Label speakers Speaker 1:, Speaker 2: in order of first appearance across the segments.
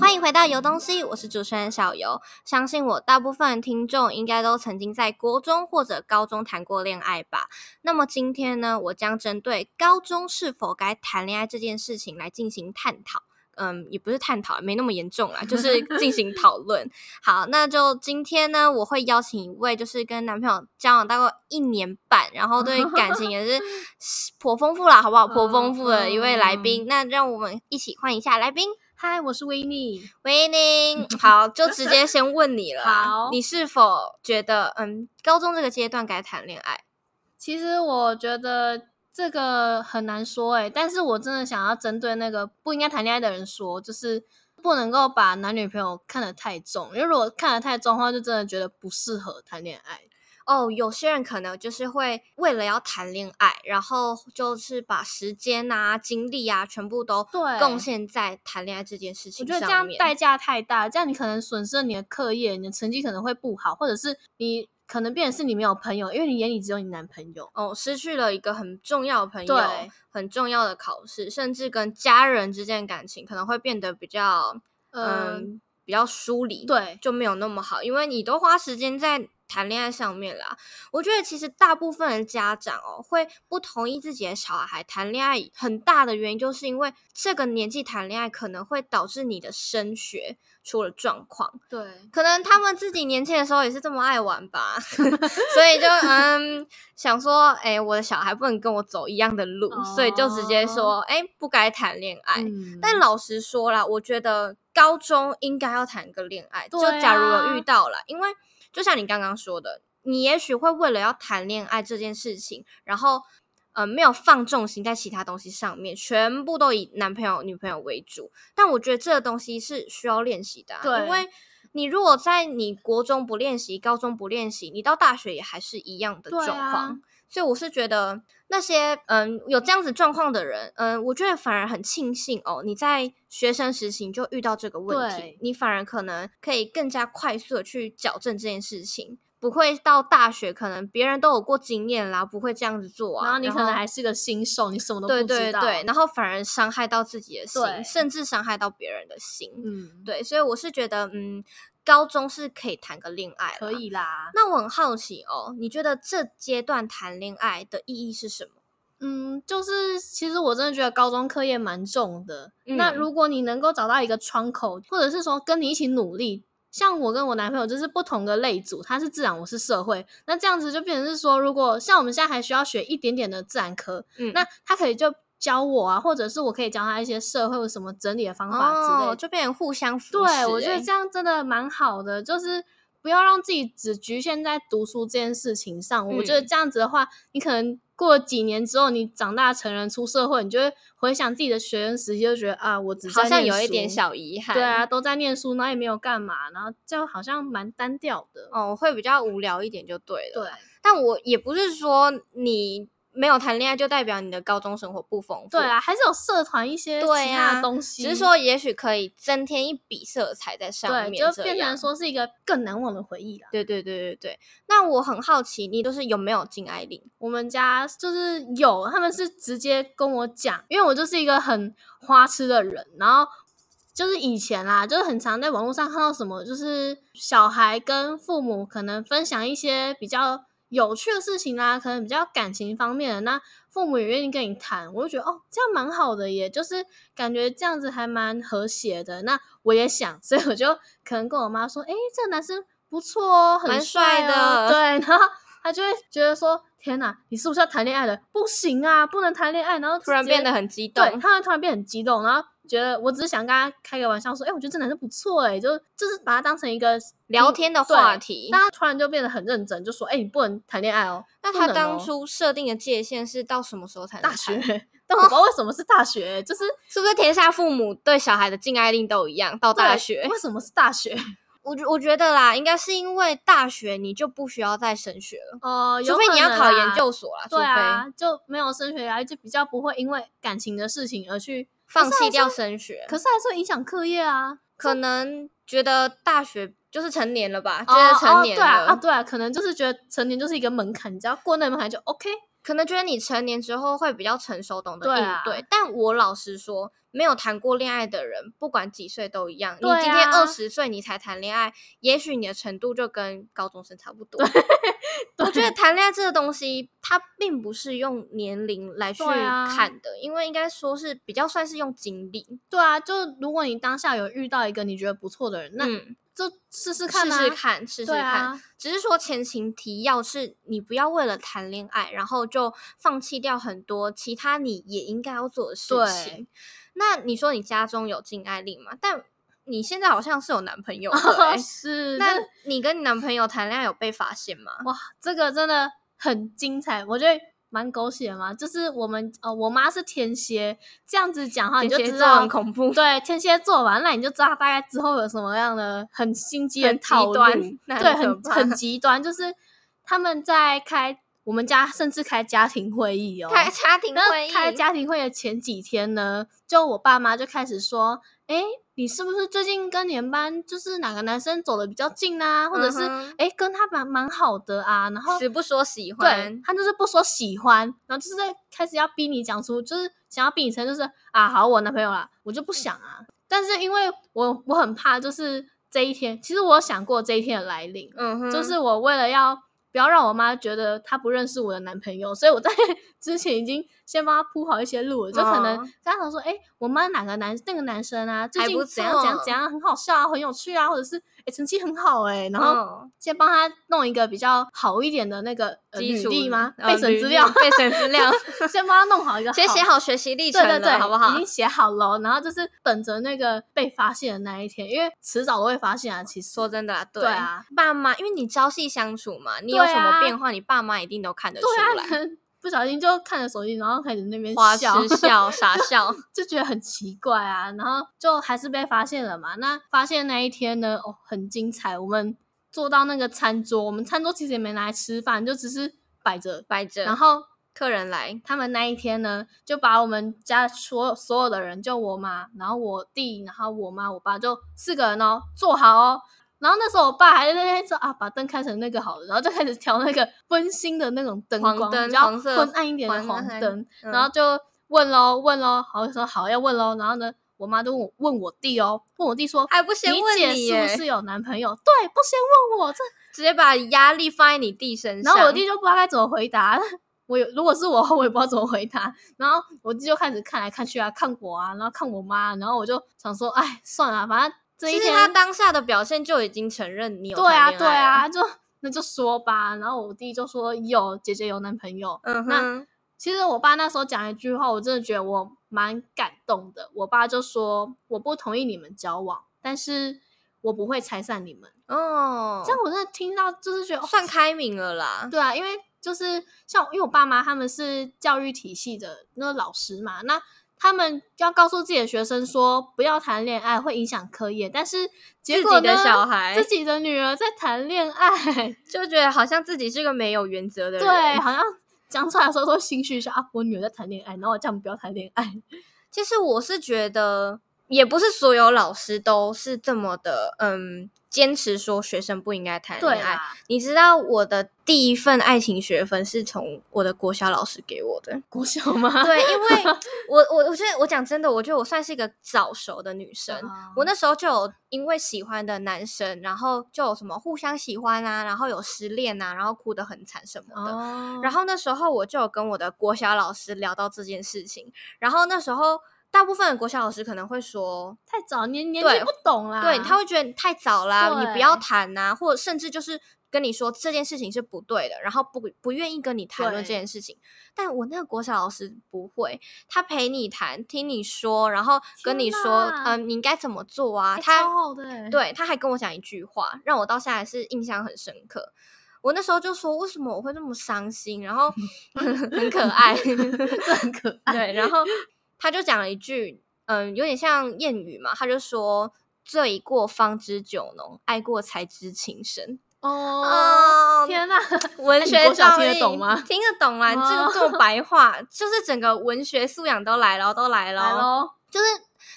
Speaker 1: 欢迎回到游东西，我是主持人小游。相信我，大部分听众应该都曾经在国中或者高中谈过恋爱吧。那么今天呢，我将针对高中是否该谈恋爱这件事情来进行探讨。嗯，也不是探讨，没那么严重啦，就是进行讨论。好，那就今天呢，我会邀请一位就是跟男朋友交往大概一年半，然后对感情也是颇丰富啦，好不好？颇丰富的一位来宾。那让我们一起欢迎一下来宾。
Speaker 2: 嗨，我是维尼。
Speaker 1: 维宁， 好，就直接先问你了。
Speaker 2: 好
Speaker 1: 你是否觉得，嗯，高中这个阶段该谈恋爱？
Speaker 2: 其实我觉得这个很难说诶、但是我真的想要针对那个不应该谈恋爱的人说，就是不能够把男女朋友看得太重，因为如果看得太重的话，就真的觉得不适合谈恋爱。
Speaker 1: 哦，有些人可能就是会为了要谈恋爱，然后就是把时间啊、精力啊，全部都
Speaker 2: 对
Speaker 1: 贡献在谈恋爱这件事
Speaker 2: 我
Speaker 1: 情
Speaker 2: 觉得
Speaker 1: 上
Speaker 2: 这样
Speaker 1: 面。
Speaker 2: 代价太大，这样你可能损失了你的课业，你的成绩可能会不好，或者是你可能变成是你没有朋友，因为你眼里只有你男朋友。
Speaker 1: 哦，失去了一个很重要的朋友
Speaker 2: 对，
Speaker 1: 很重要的考试，甚至跟家人之间的感情可能会变得比较，
Speaker 2: 嗯，
Speaker 1: 嗯，比较疏离。
Speaker 2: 对，
Speaker 1: 就没有那么好，因为你都花时间在谈恋爱上面啦。我觉得其实大部分的家长哦，会不同意自己的小孩谈恋爱，很大的原因就是因为这个年纪谈恋爱可能会导致你的升学出了状况。
Speaker 2: 对，
Speaker 1: 可能他们自己年轻的时候也是这么爱玩吧， 所以就嗯想说，哎、我的小孩不能跟我走一样的路，所以就直接说，哎、不该谈恋爱。
Speaker 2: 嗯
Speaker 1: 但老实说啦，我觉得高中应该要谈个恋爱，就
Speaker 2: 对
Speaker 1: 假如有
Speaker 2: 啊
Speaker 1: 遇到了，因为就像你刚刚说的，你也许会为了要谈恋爱这件事情，然后呃没有放重心在其他东西上面，全部都以男朋友、女朋友为主。但我觉得这个东西是需要练习的、啊，
Speaker 2: 对
Speaker 1: 因为。你如果在你国中不练习，高中不练习，你到大学也还是一样的
Speaker 2: 对啊
Speaker 1: 状况。所以我是觉得那些嗯有这样子状况的人，嗯，我觉得反而很庆幸哦，你在学生时期你就遇到这个问题
Speaker 2: 对，
Speaker 1: 你反而可能可以更加快速的去矫正这件事情，不会到大学可能别人都有过经验啦，不会这样子做啊，
Speaker 2: 然后你可能还是个新手，你什么都不
Speaker 1: 对
Speaker 2: 知道。
Speaker 1: 对对，然后反而伤害到自己的心，
Speaker 2: 对
Speaker 1: 甚至伤害到别人的心，
Speaker 2: 嗯，
Speaker 1: 对，所以我是觉得嗯，高中是可以谈个恋爱，
Speaker 2: 可。以啊啦。
Speaker 1: 那我很好奇哦，你觉得这阶段谈恋爱的意义是什么？
Speaker 2: 嗯，就是其实我真的觉得高中课业蛮重的。那
Speaker 1: 嗯
Speaker 2: 如果你能够找到一个窗口，或者是说跟你一起努力，像我跟我男朋友就是不同的类组，他是自然，我是社会。那这样子就变成是说，如果像我们现在还需要学一点点的自然科，
Speaker 1: 嗯
Speaker 2: 那他可以就教我啊，或者是我可以教他一些社会什么整理的方法之
Speaker 1: 哦，
Speaker 2: 类的。
Speaker 1: 就变成互相扶持欸、
Speaker 2: 对，我觉得这样真的蛮好的，就是不要让自己只局限在读书这件事情上。我觉得
Speaker 1: 嗯
Speaker 2: 这样子的话，你可能过了几年之后，你长大成人出社会，你就会回想自己的学生时期，就觉得啊，我只
Speaker 1: 好
Speaker 2: 在
Speaker 1: 像
Speaker 2: 念
Speaker 1: 有一点
Speaker 2: 书。
Speaker 1: 小遗憾。
Speaker 2: 对啊，，都在念书，然后也没有干嘛，然后就好像蛮单调的。
Speaker 1: 哦，会比较无聊一点就对了。
Speaker 2: 对，
Speaker 1: 但我也不是说你没有谈恋爱就代表你的高中生活不丰富。
Speaker 2: 对。啊，还是有社团一些
Speaker 1: 对
Speaker 2: 其他
Speaker 1: 啊
Speaker 2: 的东西，
Speaker 1: 只是说，也许可以增添一笔色彩在上面，
Speaker 2: 对，就
Speaker 1: 这
Speaker 2: 变成
Speaker 1: 样
Speaker 2: 说是一个更难忘的回忆啦。
Speaker 1: 对对对对对。那我很好奇，你都是有没有禁爱令？
Speaker 2: 我们家就是有，他们是直接跟我讲，因为我就是一个很花痴的人，然后就是以前啦，就是很常在网络上看到什么，就是小孩跟父母可能分享一些比较有趣的事情啦，可能比较感情方面的，那父母也愿意跟你谈，我就觉得哦，这样蛮好的耶，就是感觉这样子还蛮和谐的。那我也想，所以我就可能跟我妈说，诶，这个男生不错哦，很
Speaker 1: 蛮帅
Speaker 2: 哦
Speaker 1: 的
Speaker 2: 对，然后她就会觉得说，天哪，你是不是要谈恋爱了？不行啊，不能谈恋爱，然后
Speaker 1: 突然
Speaker 2: 直接
Speaker 1: 变得很激
Speaker 2: 对，
Speaker 1: 动。
Speaker 2: 他们突然变很激动，然后觉得我只是想跟他开个玩笑说，哎、我觉得这男生不错哎、就就是把他当成一个
Speaker 1: 聊天的话题
Speaker 2: 但他突然就变得很认真，就说，哎、你不能谈恋爱哦。
Speaker 1: 那
Speaker 2: 不
Speaker 1: 他
Speaker 2: 能
Speaker 1: 当
Speaker 2: 哦
Speaker 1: 初设定的界限是到什么时候才能
Speaker 2: 大
Speaker 1: 谈？哦
Speaker 2: 学， 但我不知道为什么是大学、欸就是
Speaker 1: 是不是天下父母对小孩的禁爱令都一样？到 大
Speaker 2: 对
Speaker 1: 学，
Speaker 2: 为什么是大学？
Speaker 1: 我觉我觉得啦，应该是因为大学你就不需要再升学了，
Speaker 2: 哦，有
Speaker 1: 除非你
Speaker 2: 可
Speaker 1: 要
Speaker 2: 能
Speaker 1: 考
Speaker 2: 啦
Speaker 1: 研，究所啦，除
Speaker 2: 对
Speaker 1: 非
Speaker 2: 啊，就没有升学压力，就比较不会因为感情的事情而去，
Speaker 1: 放弃掉升学。
Speaker 2: 可是还是会影响课业啊。
Speaker 1: 可能觉得大学就是成年了吧，
Speaker 2: 哦
Speaker 1: 觉得成年
Speaker 2: 哦、对啊
Speaker 1: 了，
Speaker 2: 啊，对啊，可能就是觉得成年就是一个门槛，你只要过那个门槛就 OK。
Speaker 1: 可能觉得你成年之后会比较成熟，懂得
Speaker 2: 对
Speaker 1: 应
Speaker 2: 啊
Speaker 1: 对。但我老实说，没有谈过恋爱的人，不管几岁都一样。你
Speaker 2: 对
Speaker 1: 今天
Speaker 2: 啊
Speaker 1: 二十岁你才谈恋爱，也许你的程度就跟高中生差不多。我觉得谈恋爱这个东西，它并不是用年龄来去
Speaker 2: 对啊
Speaker 1: 看的，因为应该说是比较算是用经历。
Speaker 2: 对啊，就如果你当下有遇到一个你觉得不错的人，那
Speaker 1: 嗯，
Speaker 2: 就试试看
Speaker 1: 试
Speaker 2: 啊，
Speaker 1: 试看，试试
Speaker 2: 对
Speaker 1: 看。
Speaker 2: 啊，
Speaker 1: 只是说前情提要是，你不要为了谈恋爱，然后就放弃掉很多其他你也应该要做的事
Speaker 2: 对
Speaker 1: 情。那你说你家中有禁爱令吗？但你现在好像是有男朋 友的、欸，
Speaker 2: 是
Speaker 1: 那
Speaker 2: 那
Speaker 1: 你跟你男朋友谈恋爱有被发现吗？
Speaker 2: 哇，这个真的很精彩，我觉得蛮狗血的嘛。就是我们呃，我妈是天蝎，这样子讲啊话你就
Speaker 1: 天蝎
Speaker 2: 知
Speaker 1: 座
Speaker 2: 道
Speaker 1: 很恐 怖，
Speaker 2: 对，天蝎座完了，那你就知道他大概之后有什么样的很心机的
Speaker 1: 很极
Speaker 2: 套路，
Speaker 1: 端那很
Speaker 2: 对，
Speaker 1: 可
Speaker 2: 很
Speaker 1: 怕
Speaker 2: 很极端，就是他们在开我们家甚至开家庭会议哦，
Speaker 1: 开家庭
Speaker 2: 那
Speaker 1: 会议，
Speaker 2: 开家庭会的前几天呢，就我爸妈就开始说，哎，你是不是最近跟你们班就是哪个男生走的比较近啊，或者是
Speaker 1: 嗯哼
Speaker 2: 哎、诶跟他蛮蛮好的啊，然后
Speaker 1: 死不说喜
Speaker 2: 对
Speaker 1: 欢，
Speaker 2: 他就是不说喜欢，然后就是在开始要逼你讲出，就是想要逼你承认，就是啊，好，我男朋友啦，我就不想啊。但是因为我我很怕，就是这一天，其实我有想过这一天的来临，
Speaker 1: 嗯哼，
Speaker 2: 就是我为了要不要让我妈觉得她不认识我的男朋友，所以我在 之前已经先帮她铺好一些路了，就可能
Speaker 1: 哦
Speaker 2: 跟她讲说，哎、我妈哪个男那个男生啊，最
Speaker 1: 还
Speaker 2: 近
Speaker 1: 不
Speaker 2: 怎样怎样
Speaker 1: 错
Speaker 2: 怎样，很好笑啊，很有趣啊，或者是哎、诶成绩很好哎、然后。
Speaker 1: 嗯。
Speaker 2: 先帮他弄一个比较好一点的那个、呃、
Speaker 1: 基
Speaker 2: 履
Speaker 1: 础
Speaker 2: 历吗？
Speaker 1: 呃
Speaker 2: 备审
Speaker 1: 履
Speaker 2: 资
Speaker 1: 历
Speaker 2: 料，
Speaker 1: 备审资料，
Speaker 2: 先帮他弄 好一个好，
Speaker 1: 先写好学习历程
Speaker 2: 对对
Speaker 1: 了，
Speaker 2: 对，
Speaker 1: 好不好
Speaker 2: 已？经写好了，然后就是等着那个被发现的那一天，因为迟早都会发现啊。其实
Speaker 1: 说真的啦，对
Speaker 2: 对啊，
Speaker 1: 爸妈，因为你朝夕相处嘛，你
Speaker 2: 对
Speaker 1: 有什
Speaker 2: 啊
Speaker 1: 么变化，你爸妈一定都看得出
Speaker 2: 对 啊，
Speaker 1: 来。
Speaker 2: 可能不小心就看着手机，然后开始那边
Speaker 1: 花痴
Speaker 2: 笑，
Speaker 1: 笑、傻笑，
Speaker 2: 就觉得很奇怪啊。然后就还是被发现了嘛。那发现那一天呢，哦，很精彩。我们坐到那个餐桌，我们餐桌其实也没拿来吃饭，就只是摆着，
Speaker 1: 摆着，
Speaker 2: 然后。
Speaker 1: 客人来，
Speaker 2: 他们那一天呢，就把我们家所有所有的人，就我妈，然后我弟，然后我妈、我爸，就四个人哦，坐好哦。然后那时候我爸还在那边说啊，把灯开成那个好了，然后就开始调那个温馨的那种灯光，
Speaker 1: 黄灯
Speaker 2: 比较
Speaker 1: 黄色
Speaker 2: 昏暗一点的
Speaker 1: 黄
Speaker 2: 黄
Speaker 1: 暗
Speaker 2: 灯，
Speaker 1: 嗯
Speaker 2: 然后就问喽问喽，好我说好要问喽，然后呢，我妈就问我问我弟哦，问我弟说，
Speaker 1: 还不先问
Speaker 2: 姐
Speaker 1: 你
Speaker 2: 是不
Speaker 1: 耶
Speaker 2: 是有男朋友？对，不先问我，这
Speaker 1: 直接把压力放在你弟身上。
Speaker 2: 然后我弟就不知道该怎么回答。 我有，如果是我，我也不知道怎么回答。然后我弟就开始看来看去啊，看我啊，然后看我妈，然后我就想说，哎，算了，反正这一
Speaker 1: 其实
Speaker 2: 天，
Speaker 1: 他当下的表现就已经承认你有
Speaker 2: 对啊，
Speaker 1: 谈
Speaker 2: 对
Speaker 1: 恋爱了，
Speaker 2: 啊，就那就说吧。然后我弟就说有，姐姐有男朋友。
Speaker 1: 嗯
Speaker 2: 那
Speaker 1: 哼，
Speaker 2: 其实我爸那时候讲一句话，我真的觉得我蛮感动的。我爸就说，我不同意你们交往，但是我不会拆散你们。
Speaker 1: 哦，
Speaker 2: 这样我真的听到，就是觉得、哦、
Speaker 1: 算开明了啦。
Speaker 2: 对啊，因为就是像因为我爸妈他们是教育体系的那个老师嘛，那他们要告诉自己的学生说不要谈恋爱会影响课业，但是结
Speaker 1: 自
Speaker 2: 果
Speaker 1: 己
Speaker 2: 呢，
Speaker 1: 的小孩
Speaker 2: 自己的女儿在谈恋爱，
Speaker 1: 就觉得好像自己是个没有原则的人。
Speaker 2: 对，啊好像讲出来的时候都心虚一下啊，我女儿在谈恋爱，然后我叫你不要谈恋爱，
Speaker 1: 其实我是觉得，也不是所有老师都是这么的，嗯，坚持说学生不应该谈
Speaker 2: 对
Speaker 1: 恋爱。
Speaker 2: 啊，。
Speaker 1: 你知道我的第一份爱情学分是从我的国小老师给我的
Speaker 2: 国小吗？
Speaker 1: 对，因 为我我我觉得我讲真的，我觉得我算是一个早熟的女生。
Speaker 2: 啊
Speaker 1: 我那时候就有因为喜欢的男生，然后就有什么互相喜欢啊，然后有失恋啊，然后哭得很惨什么的。
Speaker 2: 哦，
Speaker 1: 然后那时候我就有跟我的国小老师聊到这件事情，然后那时候大部分的国小老师可能会说，
Speaker 2: 太早年年纪
Speaker 1: 对
Speaker 2: 不懂啦，
Speaker 1: 对，他会觉得你太早啦，你不要
Speaker 2: 啊对
Speaker 1: 谈呐、或者甚至就是跟你说这件事情是不对的，然后不不愿意跟你谈论这
Speaker 2: 对
Speaker 1: 件事情。但我那个国小老师不会，他陪你谈，听你说，然后跟
Speaker 2: 天
Speaker 1: 你说，嗯、
Speaker 2: 哪
Speaker 1: 你应该怎么做啊？
Speaker 2: 哎
Speaker 1: 他
Speaker 2: 超好的欸，
Speaker 1: 对，他还跟我讲一句话，让我到现在还是印象很深刻。我那时候就说，为什么我会那么伤心？然 后很可爱，
Speaker 2: 这很可爱，
Speaker 1: 对，然后他就讲了一句，嗯，有点像谚语嘛，他就说“醉过方知酒浓，爱过才知情深”。
Speaker 2: 哦，
Speaker 1: 哦，
Speaker 2: 天哪，
Speaker 1: 文
Speaker 2: 那你
Speaker 1: 学
Speaker 2: 国小
Speaker 1: 造
Speaker 2: 听得
Speaker 1: 诣
Speaker 2: 懂吗
Speaker 1: 听得懂啦，你这
Speaker 2: 哦
Speaker 1: 个这么白话，就是整个文学素养都来了，都来了。
Speaker 2: 来喽。
Speaker 1: 就是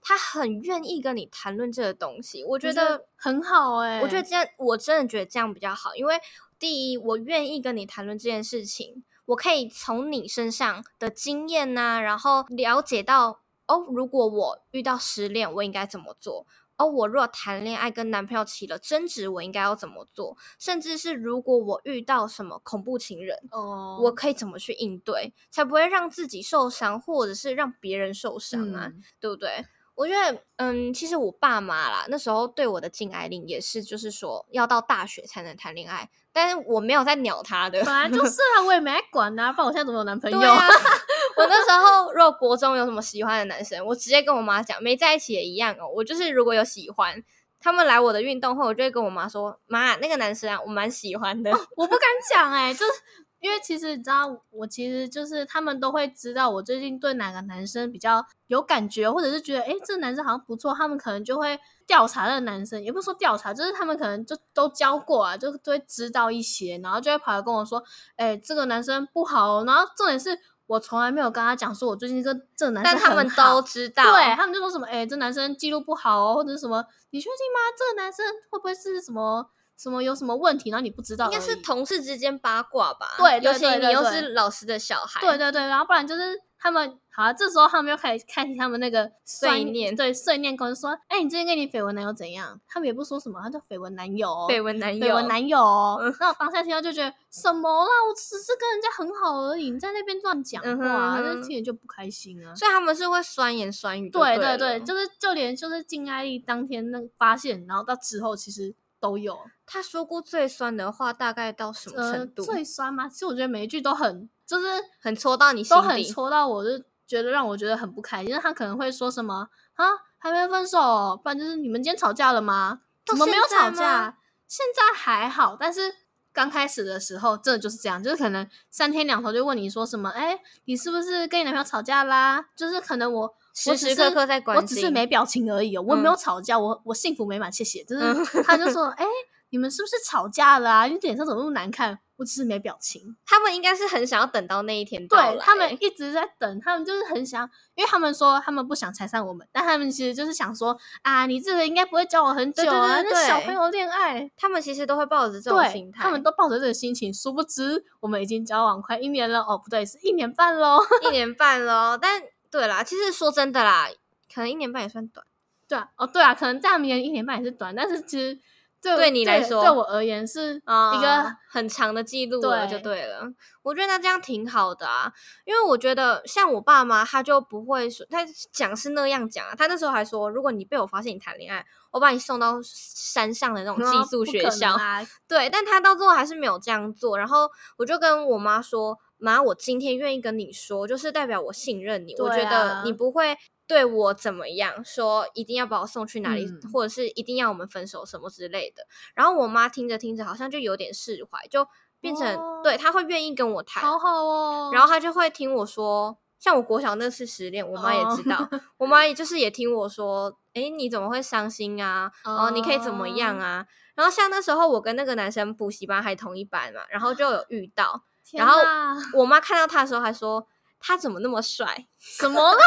Speaker 1: 他很愿意跟你谈论这个东西。我觉
Speaker 2: 觉
Speaker 1: 得
Speaker 2: 得很好哎、
Speaker 1: 我觉得这样，我真的觉得这样比较好，因为第一，我愿意跟你谈论这件事情，我可以从你身上的经验呐、然后了解到哦，如果我遇到失恋，我应该怎么做？哦，我若谈恋爱跟男朋友起了争执，我应该要怎么做？甚至是如果我遇到什么恐怖情人，
Speaker 2: 哦，
Speaker 1: 我可以怎么去应对，才不会让自己受伤，或者是让别人受伤啊？
Speaker 2: 嗯
Speaker 1: 对不对？我觉得，嗯，其实我爸妈啦，那时候对我的禁爱令也是，就是说要到大学才能谈恋爱，但是我没有在鸟他的。
Speaker 2: 本来就是啊，我也没在管啊，不然我现在怎么有男朋友？
Speaker 1: 对啊， 我那时候如果国中有什么喜欢的男生，我直接跟我妈讲，没在一起也一样哦。我就是如果有喜欢，他们来我的运动会，我就会跟我妈说，妈，那个男生啊，我蛮喜欢的。
Speaker 2: 我不敢讲哎、就是因为其实你知道，我其实就是他们都会知道我最近对哪个男生比较有感觉，或者是觉得哎、诶这个男生好像不错，他们可能就会调查那个男生，也不是说调查，就是他们可能就都教过啊，就都会知道一些，然后就会跑来跟我说，哎、这个男生不好、哦，然后重点是我从来没有跟他讲说我最近跟这个男生
Speaker 1: 但
Speaker 2: 很
Speaker 1: 他
Speaker 2: 好，
Speaker 1: 们都知道，
Speaker 2: 对他们就说什么，哎、这男生记录不好哦，或者是什么，你确定吗？这个男生会不会是什么什么有什么问题？然后你不知道而
Speaker 1: 应
Speaker 2: 已，
Speaker 1: 该是同事之间八卦吧？
Speaker 2: 对对
Speaker 1: 尤
Speaker 2: 对
Speaker 1: 其你
Speaker 2: 对
Speaker 1: 又
Speaker 2: 对
Speaker 1: 是老师的小孩，
Speaker 2: 对对对，然后不然就是他们好、啊，这时候他们又开始开启他们那个
Speaker 1: 碎
Speaker 2: 酸
Speaker 1: 念
Speaker 2: 对碎念攻势，说，哎、你最近跟你绯闻男友怎样？他们也不说什么，他叫绯闻男友、哦，
Speaker 1: 绯闻男友，嗯
Speaker 2: 绯闻男友、哦。那我当下听到就觉得什么啦，我只是跟人家很好而已，你在那边乱讲
Speaker 1: 嗯哼
Speaker 2: 话，他
Speaker 1: 嗯
Speaker 2: 就
Speaker 1: 哼
Speaker 2: 听着就不开心啊。
Speaker 1: 所以他们是会酸言酸语就
Speaker 2: 对
Speaker 1: 对
Speaker 2: 对对，
Speaker 1: 了
Speaker 2: 就是就连就是禁爱力当天那个发现，然后到之后其实都有，
Speaker 1: 他说过最酸的话大概到什么
Speaker 2: 呃，
Speaker 1: 程度？
Speaker 2: 最酸嘛。其实我觉得每一句都很，就是
Speaker 1: 很戳到你心
Speaker 2: 都很
Speaker 1: 底
Speaker 2: 戳到我，就觉得让我觉得很不开心。因为他可能会说什么啊，还没分手哦、不然就是你们今天吵架了吗？
Speaker 1: 到
Speaker 2: 怎么没有吵
Speaker 1: 现在吗
Speaker 2: 架？现在还好，但是刚开始的时候，真的就是这样，就是可能三天两头就问你说什么，哎、你是不是跟你男朋友吵架啦？就是可能我。我
Speaker 1: 时
Speaker 2: 只
Speaker 1: 时
Speaker 2: 是
Speaker 1: 刻刻在关
Speaker 2: 我
Speaker 1: 心，嗯
Speaker 2: 只是没表情而已、哦，我没有吵架，我我幸福美满，谢谢。就是 他就说，哎、你们是不是吵架了、啊？你脸上怎么那么难看？我只是没表情。
Speaker 1: 他们应该是很想要等到那一天到
Speaker 2: 对
Speaker 1: 来
Speaker 2: 他们一直在等，他们就是很想，因为他们说他们不想拆散我们，但他们其实就是想说啊，你这个应该不会交我很久
Speaker 1: 对对
Speaker 2: 啊，
Speaker 1: 对
Speaker 2: 那小
Speaker 1: 对
Speaker 2: 朋友恋爱，
Speaker 1: 他们其实都会抱着这种
Speaker 2: 对
Speaker 1: 心，态，
Speaker 2: 他们都抱着这个心情，殊不知我们已经交往快一年了，哦，不对，是一年半喽。
Speaker 1: 一年半咯。但对啦，其实说真的啦，可能一年半也算短。
Speaker 2: 对啊，哦对啊，可能在他们眼里一年半也是短，但是其实对我
Speaker 1: 对你来说
Speaker 2: 对我而言是
Speaker 1: 啊，
Speaker 2: 一个
Speaker 1: 很长的记录了，就
Speaker 2: 对
Speaker 1: 对了。我觉得那这样挺好的啊，因为我觉得像我爸妈，他就不会说，他讲是那样讲啊。他那时候还说，如果你被我发现你谈恋爱，我把你送到山上的那
Speaker 2: 嗯
Speaker 1: 种寄宿学校。
Speaker 2: 啊，
Speaker 1: 对，但他到最后还是没有这样做。然后我就跟我妈说：“妈，我今天愿意跟你说，就是代表我信任你，我
Speaker 2: 对
Speaker 1: 觉得
Speaker 2: 啊
Speaker 1: 你不会对我怎么样，说一定要把我送去哪里，
Speaker 2: 嗯
Speaker 1: 或者是一定要我们分手什么之类的。”然后我妈听着听着，好像就有点释怀，就变成、
Speaker 2: 哦
Speaker 1: 对，她会愿意跟我谈，
Speaker 2: 好好哦。
Speaker 1: 然后她就会听我说。像我国小那次失恋，我妈也知
Speaker 2: 哦
Speaker 1: 道 我妈也就是也听我说，诶，你怎么会伤心啊？哦，你可以怎么样啊？然后像那时候我跟那个男生补习班还同一班嘛，然后就
Speaker 2: 啊
Speaker 1: 有遇到，
Speaker 2: 天
Speaker 1: 然后
Speaker 2: 哪
Speaker 1: 我妈看到他的时候还说。他怎么那么帅？
Speaker 2: 什么 啦？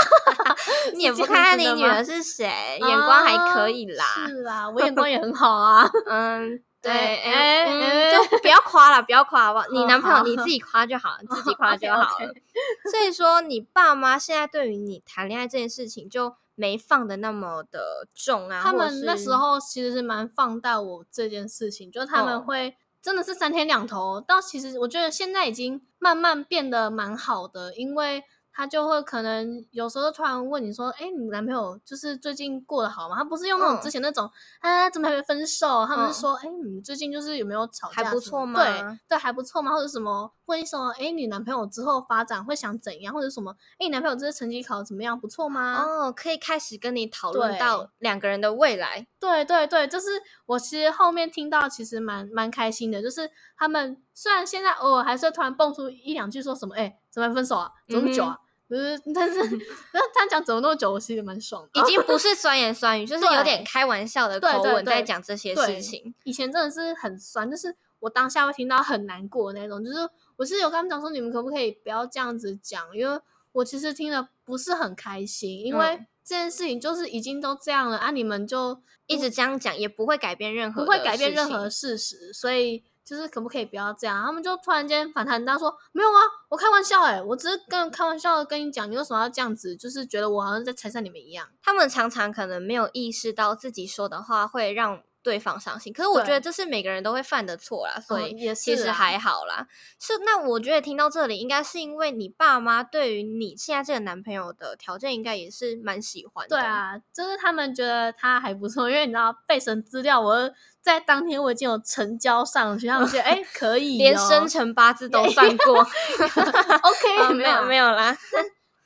Speaker 1: 你也
Speaker 2: 是
Speaker 1: 不
Speaker 2: 这
Speaker 1: 看看
Speaker 2: 样
Speaker 1: 你
Speaker 2: 子的
Speaker 1: 女
Speaker 2: 吗
Speaker 1: 儿是谁，眼光还可以啦。
Speaker 2: 啊是啦，我眼光也很好啊。
Speaker 1: 嗯，对，
Speaker 2: 哎
Speaker 1: 哎、
Speaker 2: 哎
Speaker 1: 嗯
Speaker 2: 哎
Speaker 1: 就不要夸了，不要夸好不好？你
Speaker 2: 哦
Speaker 1: 男朋友
Speaker 2: 好哦
Speaker 1: 你自己夸就好，自己夸就
Speaker 2: OK，OK
Speaker 1: 好了。所以说，你爸妈现在对于你谈恋爱这件事情就没放的那么的重啊。
Speaker 2: 他
Speaker 1: 或者
Speaker 2: 们那
Speaker 1: 是
Speaker 2: 时候其实是蛮放大我这件事情，就是他
Speaker 1: 哦
Speaker 2: 们会真的是三天两头。到其实我觉得现在已经慢慢变得蛮好的，因为他就会可能有时候突然问你说：“哎、你男朋友就是最近过得好吗？”他不是用那种
Speaker 1: 嗯
Speaker 2: 之前那种、啊怎么还没分手，他们
Speaker 1: 嗯
Speaker 2: 是说：“哎、你最近就是有没有吵
Speaker 1: 还
Speaker 2: 架什
Speaker 1: 不
Speaker 2: 么？
Speaker 1: 错吗
Speaker 2: 对对，还不错吗？或者什么问你什么？哎、你男朋友之后发展会想怎样？或者什么？哎、你男朋友这次成绩考得怎么样？不错吗？
Speaker 1: 哦，可以开始跟你讨论
Speaker 2: 对
Speaker 1: 到两个人的未来。
Speaker 2: 对对对，就是我其实后面听到其实蛮蛮开心的，就是他们虽然现在偶尔还是会突然蹦出一两句说什么，哎、怎么还分手啊？怎么那么久啊？不是，但是那他讲怎么那么久，我其实蛮爽的。
Speaker 1: 已经不是酸言酸语，就是有点
Speaker 2: 对
Speaker 1: 开玩笑的
Speaker 2: 对
Speaker 1: 口
Speaker 2: 对
Speaker 1: 吻
Speaker 2: 对
Speaker 1: 在讲这些事
Speaker 2: 对
Speaker 1: 情。
Speaker 2: 以前真的是很酸，就是我当下会听到很难过的那种，就是我是有跟他们讲说，你们可不可以不要这样子讲，因为我其实听了不不是很开心，因为这件事情就是已经都这样了啊，你们就
Speaker 1: 一直这样讲也不会改变任何，
Speaker 2: 不会改变任何。事实，所以就是可不可以不要这样？他们就突然间反弹到说没有啊，我开玩笑哎、我只是跟开玩笑的跟你讲，你为什么要这样子？就是觉得我好像在拆散你们一样。
Speaker 1: 他们常常可能没有意识到自己说的话会让对方伤心，可是我
Speaker 2: 对
Speaker 1: 觉得这是每个人都会犯的错啦，所
Speaker 2: 哦
Speaker 1: 以
Speaker 2: 也
Speaker 1: 其
Speaker 2: 是
Speaker 1: 实
Speaker 2: 啦
Speaker 1: 还好啦。是那我觉得听到这里，应该是因为你爸妈对于你现在这个男朋友的条件，应该也是蛮喜欢的。
Speaker 2: 对，啊，就是他们觉得他还不错，因为你知道备审资料，我在当天我已经有成交上去，他们觉得哎、 可以、哦，
Speaker 1: 连生辰八字 都算过。
Speaker 2: OK，、
Speaker 1: 啊没 有没
Speaker 2: 有。
Speaker 1: 有啦，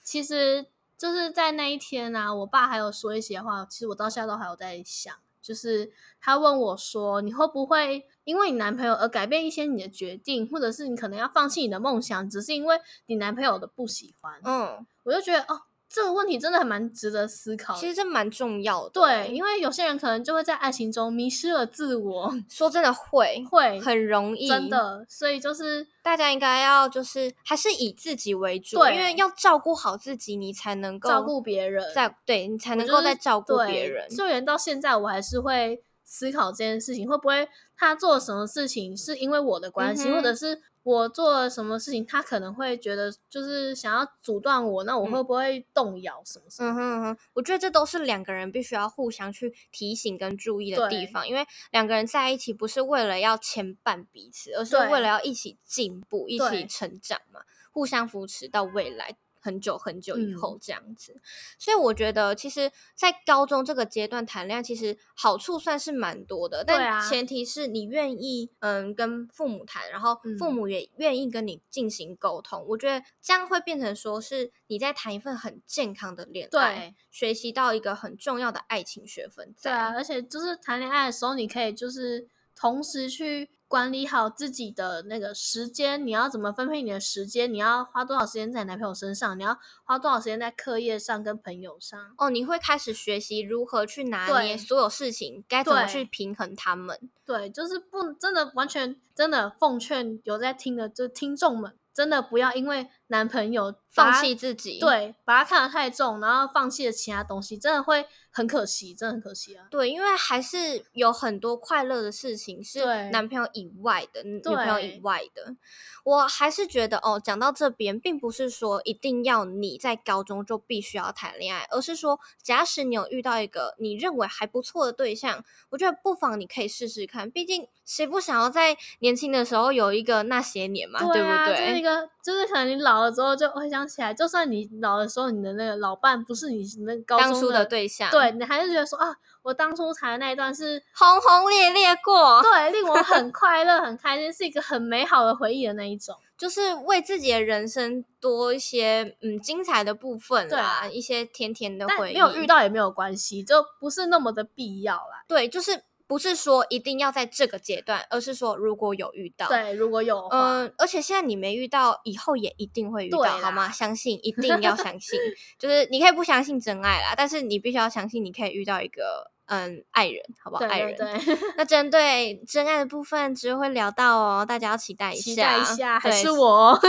Speaker 2: 其实就是在那一天啊，我爸还有说一些话，其实我到现在都还有在想，就是他问我说，你会不会因为你男朋友而改变一些你的决定，或者是你可能要放弃你的梦想，只是因为你男朋友的不喜欢？
Speaker 1: 嗯，
Speaker 2: 我就觉得哦，这个问题真的还蛮值得思考的。
Speaker 1: 其实这蛮重要的。
Speaker 2: 对，，因为有些人可能就会在爱情中迷失了自我，
Speaker 1: 说真的会
Speaker 2: 会
Speaker 1: 很容易，
Speaker 2: 真的，所以就是
Speaker 1: 大家应该要就是还是以自己为主，
Speaker 2: 对
Speaker 1: 因为要照顾好自己，你才能够
Speaker 2: 照顾别人，
Speaker 1: 在对你才
Speaker 2: 我
Speaker 1: 能
Speaker 2: 就
Speaker 1: 够
Speaker 2: 是
Speaker 1: 再照顾
Speaker 2: 对
Speaker 1: 别人。
Speaker 2: 就连到现在，我还是会思考这件事情，会不会他做了什么事情是因为我的关系，
Speaker 1: 嗯哼
Speaker 2: 或者是我做了什么事情，他可能会觉得就是想要阻断我，那我会不会动摇什么什么？
Speaker 1: 嗯哼嗯哼，我觉得这都是两个人必须要互相去提醒跟注意的地
Speaker 2: 对
Speaker 1: 方，因为两个人在一起不是为了要牵绊彼此，而是
Speaker 2: 对
Speaker 1: 为了要一起进步、一起
Speaker 2: 对
Speaker 1: 成长嘛，互相扶持到未来。很久很久以
Speaker 2: 嗯
Speaker 1: 后这样子，所以我觉得其实，在高中这个阶段谈恋爱，其实好处算是蛮多的，
Speaker 2: 对
Speaker 1: 但
Speaker 2: 啊
Speaker 1: 前提是你愿意嗯跟父母谈，然后父
Speaker 2: 嗯
Speaker 1: 母也愿意跟你进行沟通。我觉得这样会变成说是你在谈一份很健康的恋爱。
Speaker 2: 对，
Speaker 1: 学习到一个很重要的爱情学分在。
Speaker 2: 对啊，，而且就是谈恋爱的时候，你可以就是同时去管理好自己的那个时间，你要怎么分配你的时间，你要花多少时间在你男朋友身上，你要花多少时间在课业上跟朋友上。
Speaker 1: 哦，你会开始学习如何去拿
Speaker 2: 对
Speaker 1: 捏所有事情，该怎么
Speaker 2: 对
Speaker 1: 去平衡他们。
Speaker 2: 对，就是不真的完全真的奉劝有在听的就听众们，真的不要因为男朋友把
Speaker 1: 放
Speaker 2: 他
Speaker 1: 弃。自己，
Speaker 2: 对，把他看得太重，然后放弃了其他东西，真的会很可惜，真的很可惜啊！
Speaker 1: 对，因为还是有很多快乐的事情是
Speaker 2: 对
Speaker 1: 男朋友以外的，嗯女朋友以
Speaker 2: 对
Speaker 1: 外的。我还是觉得哦，讲到这边，并不是说一定要你在高中就必须要谈恋爱，而是说，假使你有遇到一个你认为还不错的对象，我觉得不妨你可以试试看。毕竟谁不想要在年轻的时候有一个那些年嘛，对
Speaker 2: 啊，
Speaker 1: 不
Speaker 2: 就是
Speaker 1: 对？
Speaker 2: 一个，就是可能你老了之后就会想起来，就算你老的时候，你的那个老伴不是你那高
Speaker 1: 当
Speaker 2: 中
Speaker 1: 初
Speaker 2: 的
Speaker 1: 的，对象，，
Speaker 2: 对你还是觉得说啊，我当初谈的那一段是
Speaker 1: 轰轰烈烈过，
Speaker 2: 对令我很快乐、很开心，是一个很美好的回忆的那一种。
Speaker 1: 就是为自己的人生多一些嗯精彩的部分
Speaker 2: 对
Speaker 1: 啦，
Speaker 2: 啊
Speaker 1: 一些甜甜的
Speaker 2: 但
Speaker 1: 回忆。
Speaker 2: 没有遇到也没有关系，就不是那么的必要啦。
Speaker 1: 对，就是不是说一定要在这个阶段，而是说如果有遇到，，
Speaker 2: 对，如果有的话，
Speaker 1: 嗯、而且现在你没遇到，以后也一定会遇
Speaker 2: 对
Speaker 1: 到，
Speaker 2: 啦
Speaker 1: 好吗？相信一定要相 信，就是你可以不相信真爱啦，但是你必须要相信，你可以遇到一个嗯爱人，好不好？
Speaker 2: 对
Speaker 1: 爱
Speaker 2: 对
Speaker 1: 人。
Speaker 2: 对，
Speaker 1: 那针对真爱的部分，只会聊到哦，大家要期待一下，啊
Speaker 2: 期待一下，还
Speaker 1: 对
Speaker 2: 是我 哦。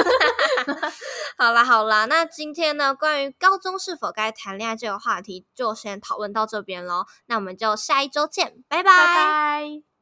Speaker 1: 好啦好啦，那今天呢，关于高中是否该谈恋爱这个话题，就先讨论到这边喽。那我们就下一周见，拜拜。
Speaker 2: 拜拜。